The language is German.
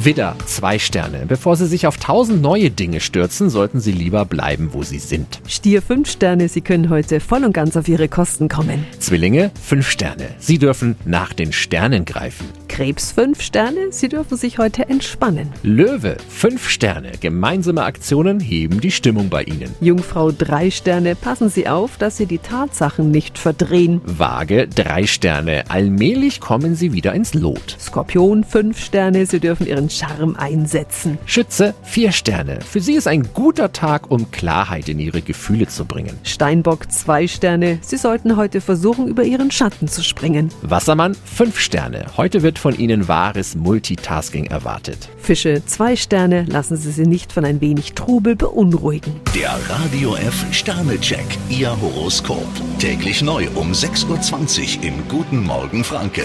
Widder, zwei Sterne. Bevor Sie sich auf tausend neue Dinge stürzen, sollten Sie lieber bleiben, wo Sie sind. Stier 5 Sterne, Sie können heute voll und ganz auf Ihre Kosten kommen. Zwillinge, fünf Sterne. Sie dürfen nach den Sternen greifen. Krebs 5 Sterne, Sie dürfen sich heute entspannen. Löwe, fünf Sterne. Gemeinsame Aktionen heben die Stimmung bei Ihnen. Jungfrau 3 Sterne, passen Sie auf, dass Sie die Tatsachen nicht verdrehen. Waage, drei Sterne. Allmählich kommen Sie wieder ins Lot. Skorpion 5 Sterne, Sie dürfen Ihren Charme einsetzen. Schütze, vier Sterne. Für Sie ist ein guter Tag, um Klarheit in Ihre Gefühle zu bringen. Steinbock 2 Sterne, Sie sollten heute versuchen, über Ihren Schatten zu springen. Wassermann, fünf Sterne. Heute wird von Ihnen wahres Multitasking erwartet. Fische 2 Sterne, lassen Sie sich nicht von ein wenig Trubel beunruhigen. Der Radio F Sternecheck, Ihr Horoskop. Täglich neu um 6.20 Uhr im Guten Morgen Franken.